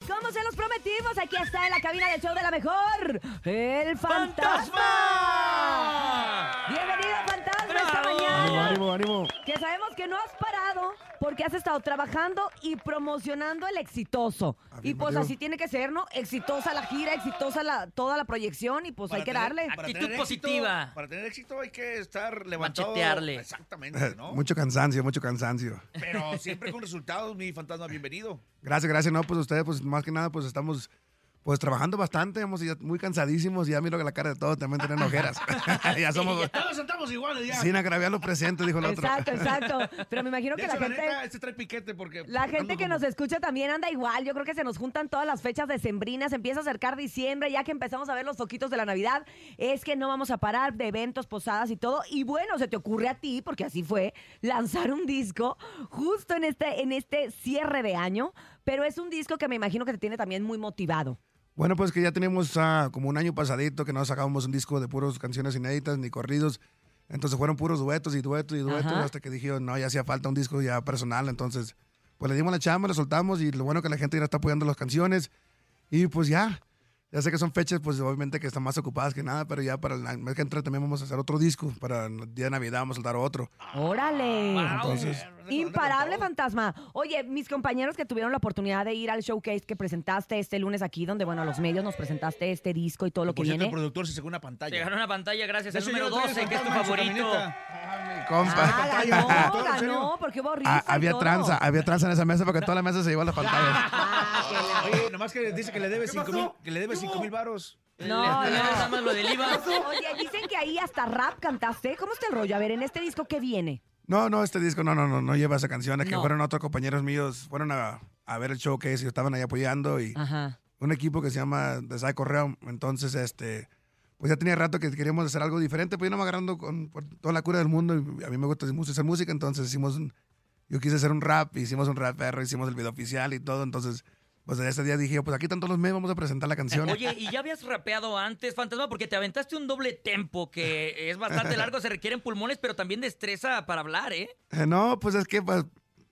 Como se los prometimos, aquí está en la cabina del show de la mejor, el fantasma. Bienvenido, fantasma, esta Ánimo, mañana. ánimo, ánimo. Que sabemos que no has parado porque has estado trabajando y promocionando el exitoso. Ah, Y pues bienvenido. así tiene que ser, ¿no? Exitosa la gira, exitosa la, toda la proyección y pues hay que darle. para Actitud tener éxito- positiva. para tener éxito hay que estar levantado. Machetearle. Exactamente, ¿no? Mucho cansancio, mucho cansancio. Pero siempre con resultados, mi fantasma, bienvenido. Gracias, gracias. No, pues ustedes, pues más que nada, pues estamos pues trabajando bastante, hemos ya muy cansadísimos, ya miro que la cara de todos también tienen ojeras. ya somos... Todos sentamos iguales ya. Sin agraviar los presentes, dijo la otra. Exacto, exacto. Pero me imagino de que la hecho, la gente... neta, este trae piquete porque... La ando gente que como- nos escucha también anda igual. Yo creo que se nos juntan todas las fechas decembrinas. Empieza a acercar diciembre, ya que empezamos a ver los foquitos de la Navidad. Es que no vamos a parar de eventos, posadas y todo. Y bueno, se te ocurre a ti, porque así fue, lanzar un disco justo en este, en este cierre de año. Pero es un disco que me imagino que te tiene también muy motivado. Bueno, pues que ya tenemos ah, como un año pasadito que no sacábamos un disco de puras canciones inéditas ni corridos. Entonces fueron puros duetos y duetos y duetos Ajá. hasta que dije, no, ya hacía falta un disco ya personal. Entonces, pues le dimos la chamba, lo soltamos y lo bueno que la gente ya está apoyando las canciones. Y pues ya, ya sé que son fechas, pues obviamente que están más ocupadas que nada, pero ya para el mes que entra también vamos a hacer otro disco. Para el día de Navidad vamos a soltar otro. Ah, ¡Órale! Entonces, Imparable fantasma. Oye, mis compañeros que tuvieron la oportunidad de ir al showcase que presentaste este lunes aquí, donde bueno, a los medios nos presentaste este disco y todo lo que Por cierto, viene. el productor se sacó una pantalla. Te ganaron una pantalla gracias Ah, al De hecho, número yo lo traigo 12, que es tu fantasma en su favorito. camioneta. compa. Ah, Ay, ganó, ay, ay, ¿en ganó, serio? porque hubo risa Ah, y había todo. tranza, había tranza en esa mesa porque toda la mesa se llevó a las pantallas. Ah, que la- Oye, nomás que dice que le debe cinco mil, que le debe cinco mil varos. No, Ah. Le- le- no. nada más lo del IVA. Oye, dicen que ahí hasta rap cantaste. ¿Cómo está el rollo? A ver, en este disco, ¿qué viene? No, no, este disco no, no, no, no lleva esa canción. Es que No. fueron otros compañeros míos, fueron a, a ver el show que es y estaban ahí apoyando Ah. y Ajá. un equipo que se llama The Psycho Realm. Entonces, este, pues ya tenía rato que queríamos hacer algo diferente, pues íbamos agarrando con por toda la cura del mundo y a mí me gusta mucho hacer música, entonces hicimos un, yo quise hacer un rap, hicimos un rap perro, hicimos el video oficial y todo, entonces, pues desde ese día dije, pues aquí están todos los meses, vamos a presentar la canción. Oye, ¿y ya habías rapeado antes, Fantasma? Porque te aventaste un doble tempo que es bastante largo, se requieren pulmones, pero también destreza para hablar, ¿eh? Eh, No, pues es que, pues,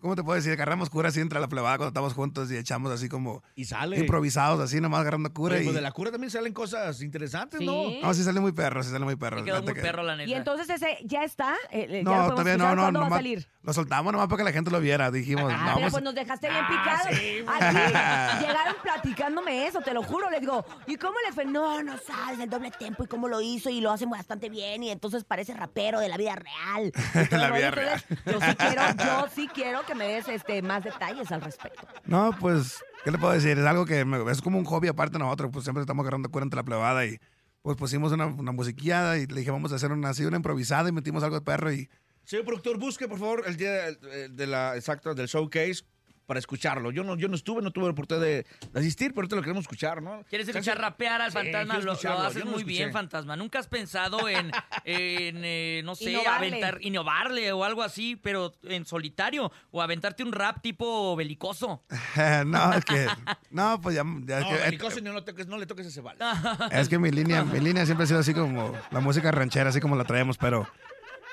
¿cómo te puedo decir? Agarramos cura así entre la plebada cuando estamos juntos y echamos así como... Y sale. Improvisados, así nomás agarrando cura. Oye, y... pues de la cura también salen cosas interesantes, Sí. ¿no? No, sí sale muy perro, sí sale muy perro. Te quedó fíjate muy que- perro, la neta. Y entonces ese ya está. Eh, eh, ya No, lo podemos todavía escuchar. no, no, ¿Cuándo va a nomás- salir? Lo soltamos nomás para que la gente lo viera, dijimos. Ah, no, pero vamos- pues nos dejaste bien picados. Aquí llegaron platicándome eso, te lo juro. Les digo, ¿y cómo le fue? No, no sabes el doble tempo y cómo lo hizo y lo hacen bastante bien y entonces parece rapero de la vida real. Y todo La el vida rollo. Entonces, Yo sí quiero, yo sí quiero que me des este, más detalles al respecto. No, pues, ¿qué le puedo decir? Es algo que me- es como un hobby aparte de nosotros, pues siempre estamos agarrando cura entre la plebada y pues pusimos una, una musiquilla y le dije, vamos a hacer una así, una improvisada y metimos algo de perro y Señor productor, busque por favor el día eh, de, la exacta del showcase para escucharlo. Yo no, yo no estuve, no tuve la oportunidad de de asistir, pero te lo queremos escuchar, ¿no? ¿Quieres escuchar rapear al Sí, fantasma? quiero Lo- lo, escucharlo. Yo haces no lo muy bien, escuché. fantasma. Nunca has pensado en, en, eh, no sé, Innovarle. aventar, innovarle o algo así, pero en solitario, o aventarte un rap tipo belicoso. no, es que no, pues ya, ya es No, que- Belicoso, no, lo toques, no le toques ese bal. Es que mi línea, mi línea siempre ha sido así como la música ranchera, así como la traemos, pero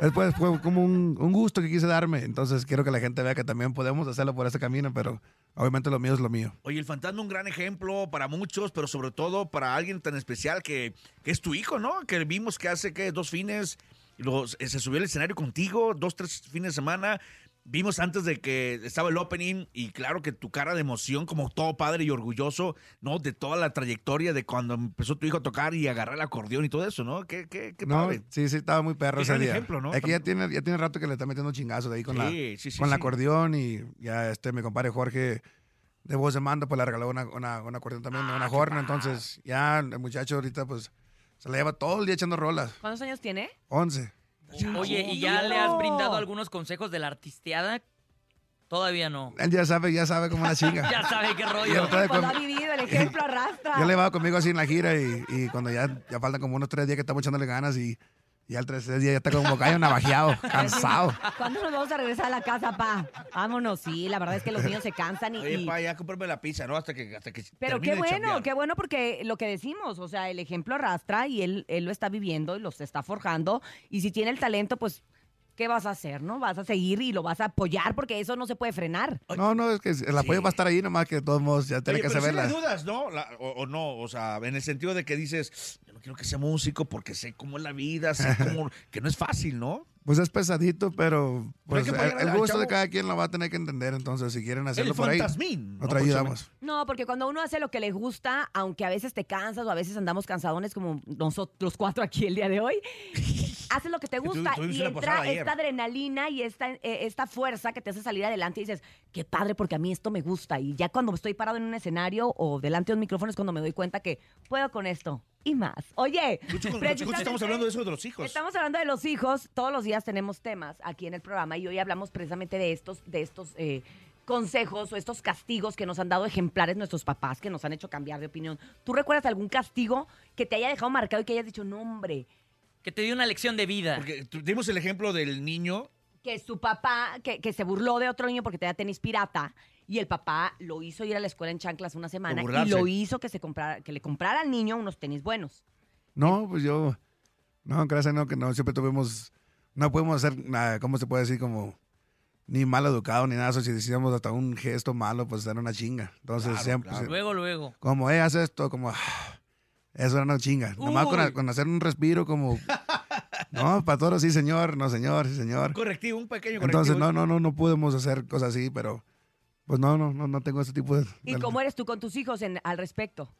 después fue como un, un gusto que quise darme. Entonces quiero que la gente vea que también podemos hacerlo por ese camino, pero obviamente lo mío es lo mío. Oye, el fantasma un gran ejemplo para muchos, pero sobre todo para alguien tan especial que, que es tu hijo, ¿no? Que vimos que hace que dos fines los- eh, se subió al escenario contigo, dos, tres fines de semana. Vimos antes de que estaba el opening y claro que tu cara de emoción como todo padre y orgulloso, ¿no? De toda la trayectoria de cuando empezó tu hijo a tocar y agarrar el acordeón y todo eso, ¿no? Qué, qué, qué No, padre. sí, sí, estaba muy perro Qué ese gran día. ejemplo, ¿no? Es que ya tiene, ya tiene rato que le está metiendo chingazos de ahí con, la, Sí, sí, sí, con el sí. acordeón y ya este, mi compadre Jorge de voz de mando pues le regaló una, una, un acordeón también, Ah, una jorna. Entonces ya el muchacho ahorita pues se la lleva todo el día echando rolas. ¿Cuántos años tiene? 11. Oye, ¿y ya le has brindado algunos consejos de la artisteada? Todavía no. Él ya sabe, ya sabe cómo la chinga. Ya sabe qué Ya rollo. lo trae Pues con- ha vivido, el ejemplo arrastra. Yo le llevaba conmigo así en la gira y, y cuando ya, ya faltan como unos tres días que estamos echándole ganas y ya el tercer día ya está como callo navajeado, cansado. ¿Cuándo nos vamos a regresar a la casa, pa? Vámonos, sí, la verdad es que los niños se cansan y... Oye, y- pa, ya comprarme la pizza, ¿no? Hasta que, hasta que Pero termine qué de bueno, chambear. qué bueno porque lo que decimos, o sea, el ejemplo arrastra y él, él lo está viviendo y los está forjando y si tiene el talento, pues ¿qué vas a hacer, no? Vas a seguir y lo vas a apoyar porque eso no se puede frenar. No, no, es que el apoyo va a estar ahí, nomás que de todos modos ya tiene Oye, que pero sí saberla. hay dudas, ¿no? La- o, o no, o sea, en el sentido de que dices, yo no quiero que sea músico porque sé cómo es la vida, sé cómo, que no es fácil, ¿no? Pues es pesadito, pero Pero pues, hay que el, apoyar el al gusto de chavo. cada quien lo va a tener que entender. Entonces, si quieren hacerlo El por ahí, fantasmín. nosotros ayudamos. No, porque cuando uno hace lo que le gusta, aunque a veces te cansas o a veces andamos cansadones como nosotros los cuatro aquí el día de hoy, haces lo que te Que tuvi- gusta tuvimos y una posada entra ayer. esta adrenalina y esta, eh, esta fuerza que te hace salir adelante y dices, qué padre porque a mí esto me gusta. Y ya cuando estoy parado en un escenario o delante de un micrófono es cuando me doy cuenta que puedo con esto y más. Oye, Justo, con- justo precisamente- estamos hablando de eso de los hijos. Estamos hablando de los hijos. Todos los días tenemos temas aquí en el programa y hoy hablamos precisamente de estos, de estos eh, consejos o estos castigos que nos han dado ejemplares nuestros papás que nos han hecho cambiar de opinión. ¿Tú recuerdas algún castigo que te haya dejado marcado y que hayas dicho, no, hombre, Que te dio una lección de vida. Porque tu- dimos el ejemplo del niño que su papá, que, que se burló de otro niño porque tenía tenis pirata y el papá lo hizo ir a la escuela en chanclas una semana y burlarse. lo hizo que, se comprara, que le comprara al niño unos tenis buenos? No, pues yo. No, gracias, no, que no. Siempre tuvimos. No podemos hacer nada, ¿cómo se puede decir? Como. Ni mal educado ni nada. eso, Si decíamos hasta un gesto malo, pues era una chinga. Entonces, Claro, siempre. claro. se- Luego, luego. Como, eh, haz esto, como. "Ah", Eso era una chinga. Nomás con, Uy. con hacer un respiro, como. No, para todos, sí, señor. No, señor, sí, señor. Un correctivo, un pequeño correctivo. Entonces, no, no, no, no podemos hacer cosas así, pero. Pues no, no, no, no tengo ese tipo de. ¿Y de- cómo eres tú con tus hijos en- al respecto?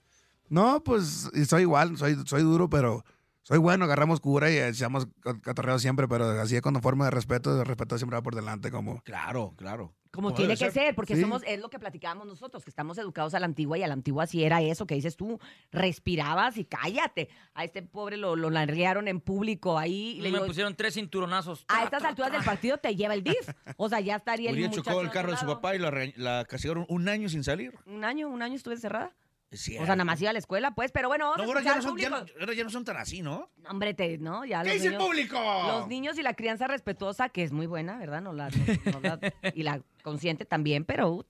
No, pues y soy igual, soy, soy duro, pero soy bueno, agarramos cura y echamos ca- catorreo siempre, pero así es con forma de respeto, el respeto siempre va por delante, como... Claro, claro. Como Como tiene debe que ser, porque Sí. somos, es lo que platicábamos nosotros, que estamos educados a la antigua y a la antigua sí era eso que dices tú, respirabas y cállate. A este pobre lo, lo larguearon en público ahí. y le me digo, pusieron tres cinturonazos. a estas alturas del partido te lleva el DIF. O sea, ya estaría Un el día muchacho chocó el carro de su encerrado. papá y la, re- la castigaron un año sin salir. Un año, un año estuve encerrada. Es O cierto. sea, nada más iba a la escuela, pues, pero bueno, vamos No, a ahora ya escuchar no, al son, ya público. no- ahora ya no son tan así, ¿no? No, Hombre, te, ¿no? Ya ¿Qué los dice el niños- público? Los niños y la crianza respetuosa, que es muy buena, ¿verdad? No la, no- no la- y la consciente también, pero... uh,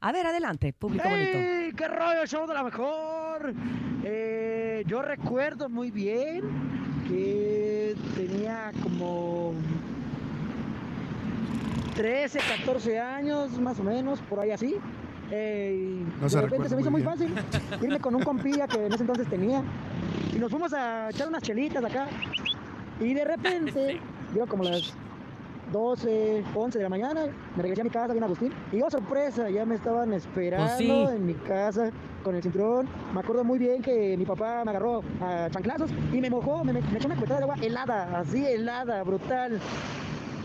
A ver, adelante, público bonito. ¡Ey! ¡Qué rollo! ¡Show de la mejor! Eh, yo recuerdo muy bien que tenía como 13, 14 años, más o menos, por ahí así. Eh, y No de se repente se me hizo muy recuerda fácil irme con un compilla que en ese entonces tenía. Y nos fuimos a echar unas chelitas acá. Y de repente, yo como las 12, 11 de la mañana, me regresé a mi casa bien Agustín. Y oh, sorpresa, ya me estaban Pues esperando sí. en mi casa con el cinturón. Me acuerdo muy bien que mi papá me agarró a chanclazos y me mojó, me, me- me echó una cuetada de agua helada, así helada, brutal.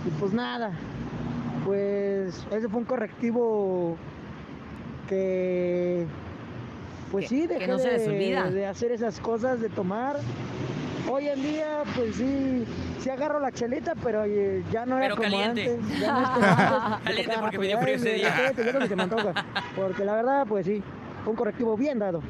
Y pues nada, pues ese fue un correctivo que... Que- Pues sí, que dejé no se les de- olvida. de hacer esas cosas, de tomar. Hoy en día, pues sí, sí agarro la chelita, pero eh, ya no Pero era como caliente. antes. Ya no es como antes. Caliente tocaba, porque me pues, dio ya frío ese me- día. estoy pidiendo que se me antoja, Porque la verdad, pues sí, fue un correctivo bien dado.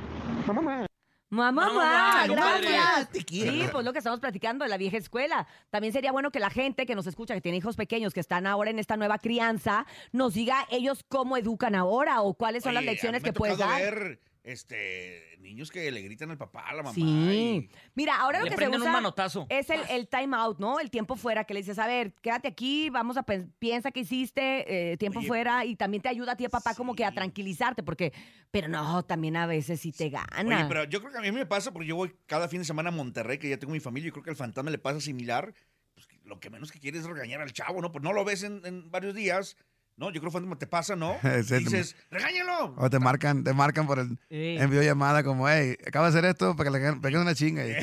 Mamá, mamá. Mamá, Mamá, mamá, compadre. gracias. Ah, Te quiero. Sí, pues lo que estamos platicando de la vieja escuela. También sería bueno que la gente que nos escucha, que tiene hijos pequeños, que están ahora en esta nueva crianza, nos diga ellos cómo educan ahora o cuáles son las Oye, a mí lecciones me ha que puedes tocado dar. ver este, niños que le gritan al papá, a la mamá. Sí. y- Mira, ahora lo Le que se prenden un usa manotazo. es el, el time out, ¿no? El tiempo fuera, que le dices, a ver, quédate aquí, vamos a pen- piensa que hiciste, eh, tiempo Oye. fuera, y también te ayuda a ti, papá, como que a Sí. tranquilizarte, porque, pero no, también a veces sí te gana. Oye, pero yo creo que a mí me pasa porque yo voy cada fin de semana a Monterrey, que ya tengo mi familia, y creo que al fantasma le pasa similar. Pues, que lo que menos que quiere es regañar al chavo, ¿no? Pues no lo ves en, en varios días, ¿no? Yo creo que fantasma te pasa, ¿no? Sí, Y dices, regáñalo. O te marcan, te marcan por el Sí. en videollamada como, hey, acaba de hacer esto para que le hagan- peguen una chinga. Y,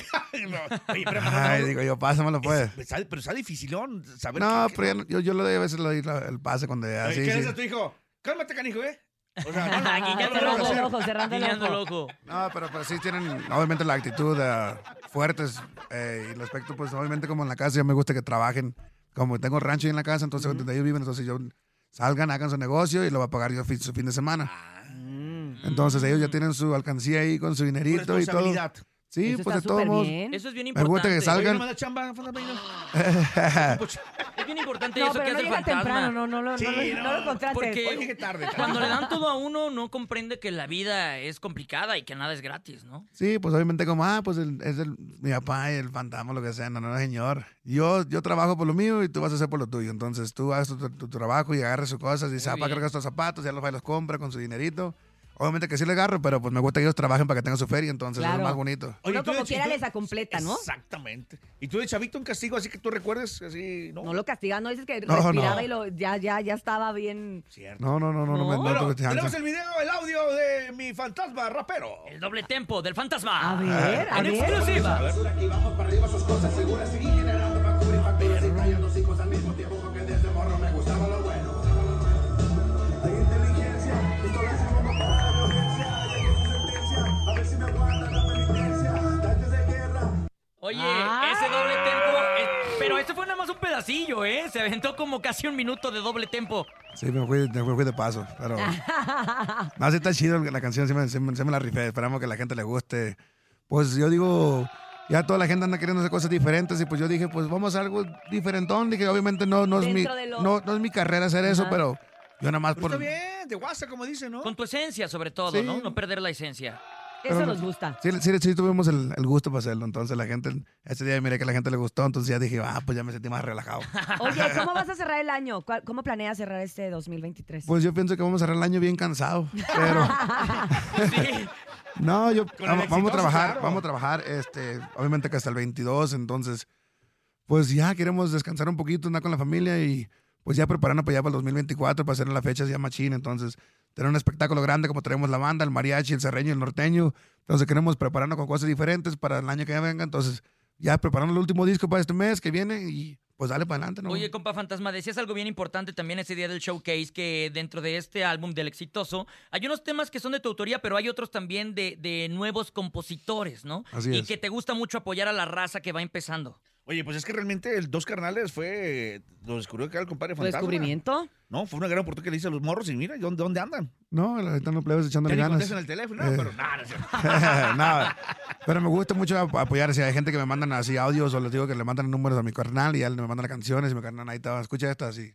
No, Oye, pero, ay, no, digo yo, pásamelo pues. es- está- pero está dificilón saber No, que- que- pero ya no- yo, yo le doy a veces le doy la- el pase cuando ya, Oye, sí, ¿Qué sí. haces a tu hijo? Cálmate, canijo, ¿eh? O sea, no, no, no, no, Guiñando no, el no, cerrando ojo, el no, ojo, cerrando el Guiñando el ojo. ojo. No, pero, pero sí tienen obviamente la actitud eh, fuertes eh, y el aspecto, pues obviamente como en la casa, yo me gusta que trabajen, como tengo rancho ahí en la casa, entonces donde ellos viven, entonces yo salgan, hagan su negocio y lo va a pagar yo fin- su fin de semana. Ah. Mm, Entonces ellos ya tienen su alcancía ahí con su dinerito y todo. Responsabilidad. Sí, Eso pues de está todos súper modos. bien. Eso es bien Me importante. gusta que Oye, salgan. no manda chamba, fantasma, y no. es bien importante No, eso que pero no hace el llega fantasma. temprano, no, no, lo- no, Sí, lo- no no, lo contrates. Porque Oye, qué tarde, tarde. cuando le dan todo a uno, no comprende que la vida es complicada y que nada es gratis, ¿no? Sí, pues obviamente como, ah, pues el- es el, mi papá y el fantasma, lo que sea, no, no, no, señor. Yo, yo trabajo por lo mío y tú vas a hacer por lo tuyo. Entonces tú hagas tu, tu- tu trabajo y agarras sus cosas y se va bien. a cargar sus zapatos, ya los va y los compra con su dinerito. Obviamente que sí le agarro, pero pues me gusta que ellos trabajen para que tengan su feria, entonces es Claro. lo más bonito. Uno ¿y tú como de- quiera y tú- les acompleta, ¿no? Exactamente. ¿Y tú de chavito un castigo así que tú recuerdes? Así, ¿no? No lo castigas, no dices que No, respiraba no. y lo, ya, ya, ya estaba bien. Cierto. No, no, no, no, no, me- no Bueno, tuve chance. tenemos el video, el audio de mi fantasma rapero. El doble tempo del fantasma. A ver, a En ver. exclusiva. este Oye, Ah. ese doble tempo. eh, pero este fue nada más un pedacillo, ¿eh? Se aventó como casi un minuto de doble tempo. Sí, me fui, me fui de paso, pero... No, sí está chido la canción, sí me, sí me- sí me la rifé. Esperamos que la gente le guste. Pues yo digo, ya toda la gente anda queriendo hacer cosas diferentes y pues yo dije, pues vamos a algo diferentón. Dije, obviamente no, no, es, mi, Dentro de lo- no, no es mi carrera hacer eso, Ajá. pero yo nada más Pero por... está bien, de WhatsApp, como dice, ¿no? Con tu esencia, sobre todo, Sí. ¿no? No perder la esencia. Eso pero- nos gusta. Sí, sí, sí tuvimos el, el gusto para hacerlo. Entonces la gente, ese día miré que a la gente le gustó, entonces ya dije, ah, pues ya me sentí más relajado. Oye, ¿cómo vas a cerrar el año? ¿Cuál- ¿Cómo planeas cerrar este 2023? Pues yo pienso que vamos a cerrar el año bien cansado, pero... Sí. No, yo el vamos, vamos exitoso, a trabajar, claro. vamos a trabajar, este, obviamente que hasta el 22, entonces, pues ya queremos descansar un poquito, andar con la familia y pues ya prepararnos para allá para el 2024, para hacer las fechas ya machín, entonces tener un espectáculo grande como tenemos la banda, el mariachi, el serreño, el norteño, entonces queremos prepararnos con cosas diferentes para el año que venga, entonces ya preparando el último disco para este mes que viene y pues dale para adelante, ¿no? Oye, compa Fantasma, decías algo bien importante también ese día del showcase, que dentro de este álbum del exitoso, hay unos temas que son de tu autoría, pero hay otros también de, de nuevos compositores, ¿no? Así y es. que te gusta mucho apoyar a la raza que va empezando. Oye, pues es que realmente el Dos Carnales fue. Lo descubrió que era el compadre ¿Tu fantasma. descubrimiento? No, fue una gran oportunidad que le hice a los morros y mira, ¿y ¿dónde, dónde andan? no, ahorita no plebes Ya echándole ni ganas. contestan el teléfono, no, Eh. pero nada, no es cierto. no, pero me gusta mucho ap- apoyar. Si hay gente que me mandan así audios o les digo que le mandan números a mi carnal y ya me mandan canciones y mi carnal ahí estaba, escucha esta así.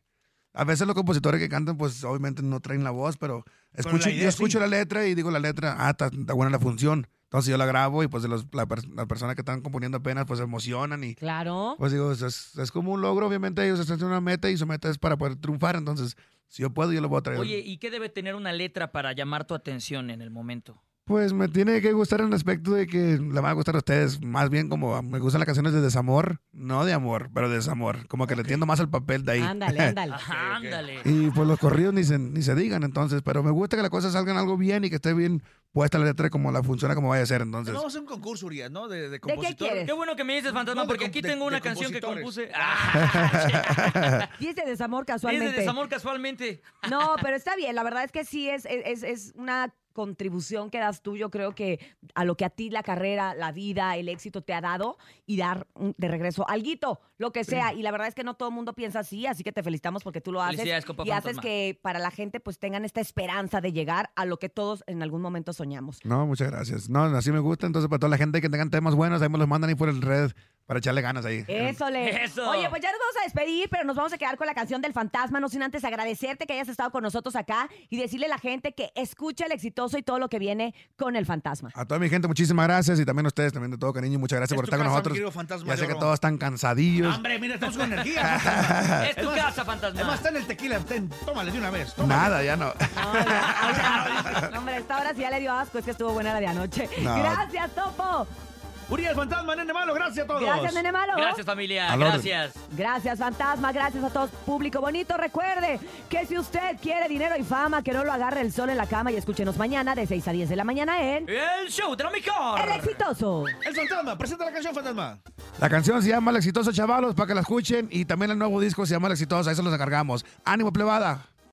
A veces los compositores que cantan, pues obviamente no traen la voz, pero escucho, idea yo escucho sí. la letra y digo la letra, ah, está, está buena la función. Entonces yo la grabo y pues de los- la per- las personas que están componiendo apenas pues se emocionan y Claro. pues digo, es- es, es como un logro, obviamente ellos están haciendo una meta y su meta es para poder triunfar, entonces si yo puedo yo lo voy a traer. Oye, ¿y qué debe tener una letra para llamar tu atención en el momento? Pues me tiene que gustar en el aspecto de que le va a gustar a ustedes, más bien como me gustan las canciones de desamor, no de amor, pero de desamor, como que le entiendo más al papel de Pues ahí. Ándale, ándale. Ajá, ok. ándale. Y pues los corridos ni se, ni se digan entonces, pero me gusta que las cosas salgan algo bien y que esté bien puesta la letra como la funciona, como vaya a ser entonces. Vamos a hacer un concurso, Urias, ¿no? De, de qué compositor. quieres? Qué bueno que me dices, Fantasma, No, de porque com- aquí de- tengo de una canción que compuse. compositores. Ah, Y es de desamor es casualmente. de desamor casualmente. No, pero está bien. La verdad es que sí es, es, es una contribución que das tú, yo creo que a lo que a ti la carrera, la vida, el éxito te ha dado y dar un- de regreso alguito, lo que sea. Y la verdad es que no todo el mundo piensa así, así que te felicitamos porque tú lo haces Felicidades, compa y haces Fantasma. que para la gente pues tengan esta esperanza de llegar a lo que todos en algún momento soñamos. No, muchas gracias. No, así me gusta, entonces para toda la gente que tengan temas buenos, ahí me los mandan ahí por el red para echarle ganas ahí. Eso le. Eso. Oye, pues ya nos vamos a despedir, pero nos vamos a quedar con la canción del fantasma, no sin antes agradecerte que hayas estado con nosotros acá y decirle a la gente que escucha el exitoso y todo lo que viene con el fantasma. A toda mi gente, muchísimas gracias y también a ustedes, también de todo cariño, muchas gracias Es por tu estar con casa, mi nosotros. querido fantasma Ya de sé que oro. todos están cansadillos. Hombre, mira, estamos con energía. fantasma. Es tu más, casa, Fantasma. Es más, está en el tequila. Ten, tómale de una vez. Tómale. Nada, ya no. No, hombre, a esta hora sí ya le dio asco, es que estuvo buena la de anoche. No. Gracias, Topo. Urias Fantasma, Nene Malo, gracias a todos. Gracias, Nene Malo. Gracias, familia. Al orden. Gracias. Gracias, fantasma. Gracias a todos, público bonito. Recuerde que si usted quiere dinero y fama, que no lo agarre el sol en la cama y escúchenos mañana de 6 a 10 de la mañana en El show de la El mejor. Exitoso. El Fantasma, presenta la canción, Fantasma. La canción se llama El Exitoso Chavalos para que la escuchen y también el nuevo disco se llama El Exitoso, a eso los encargamos. Ánimo plebada.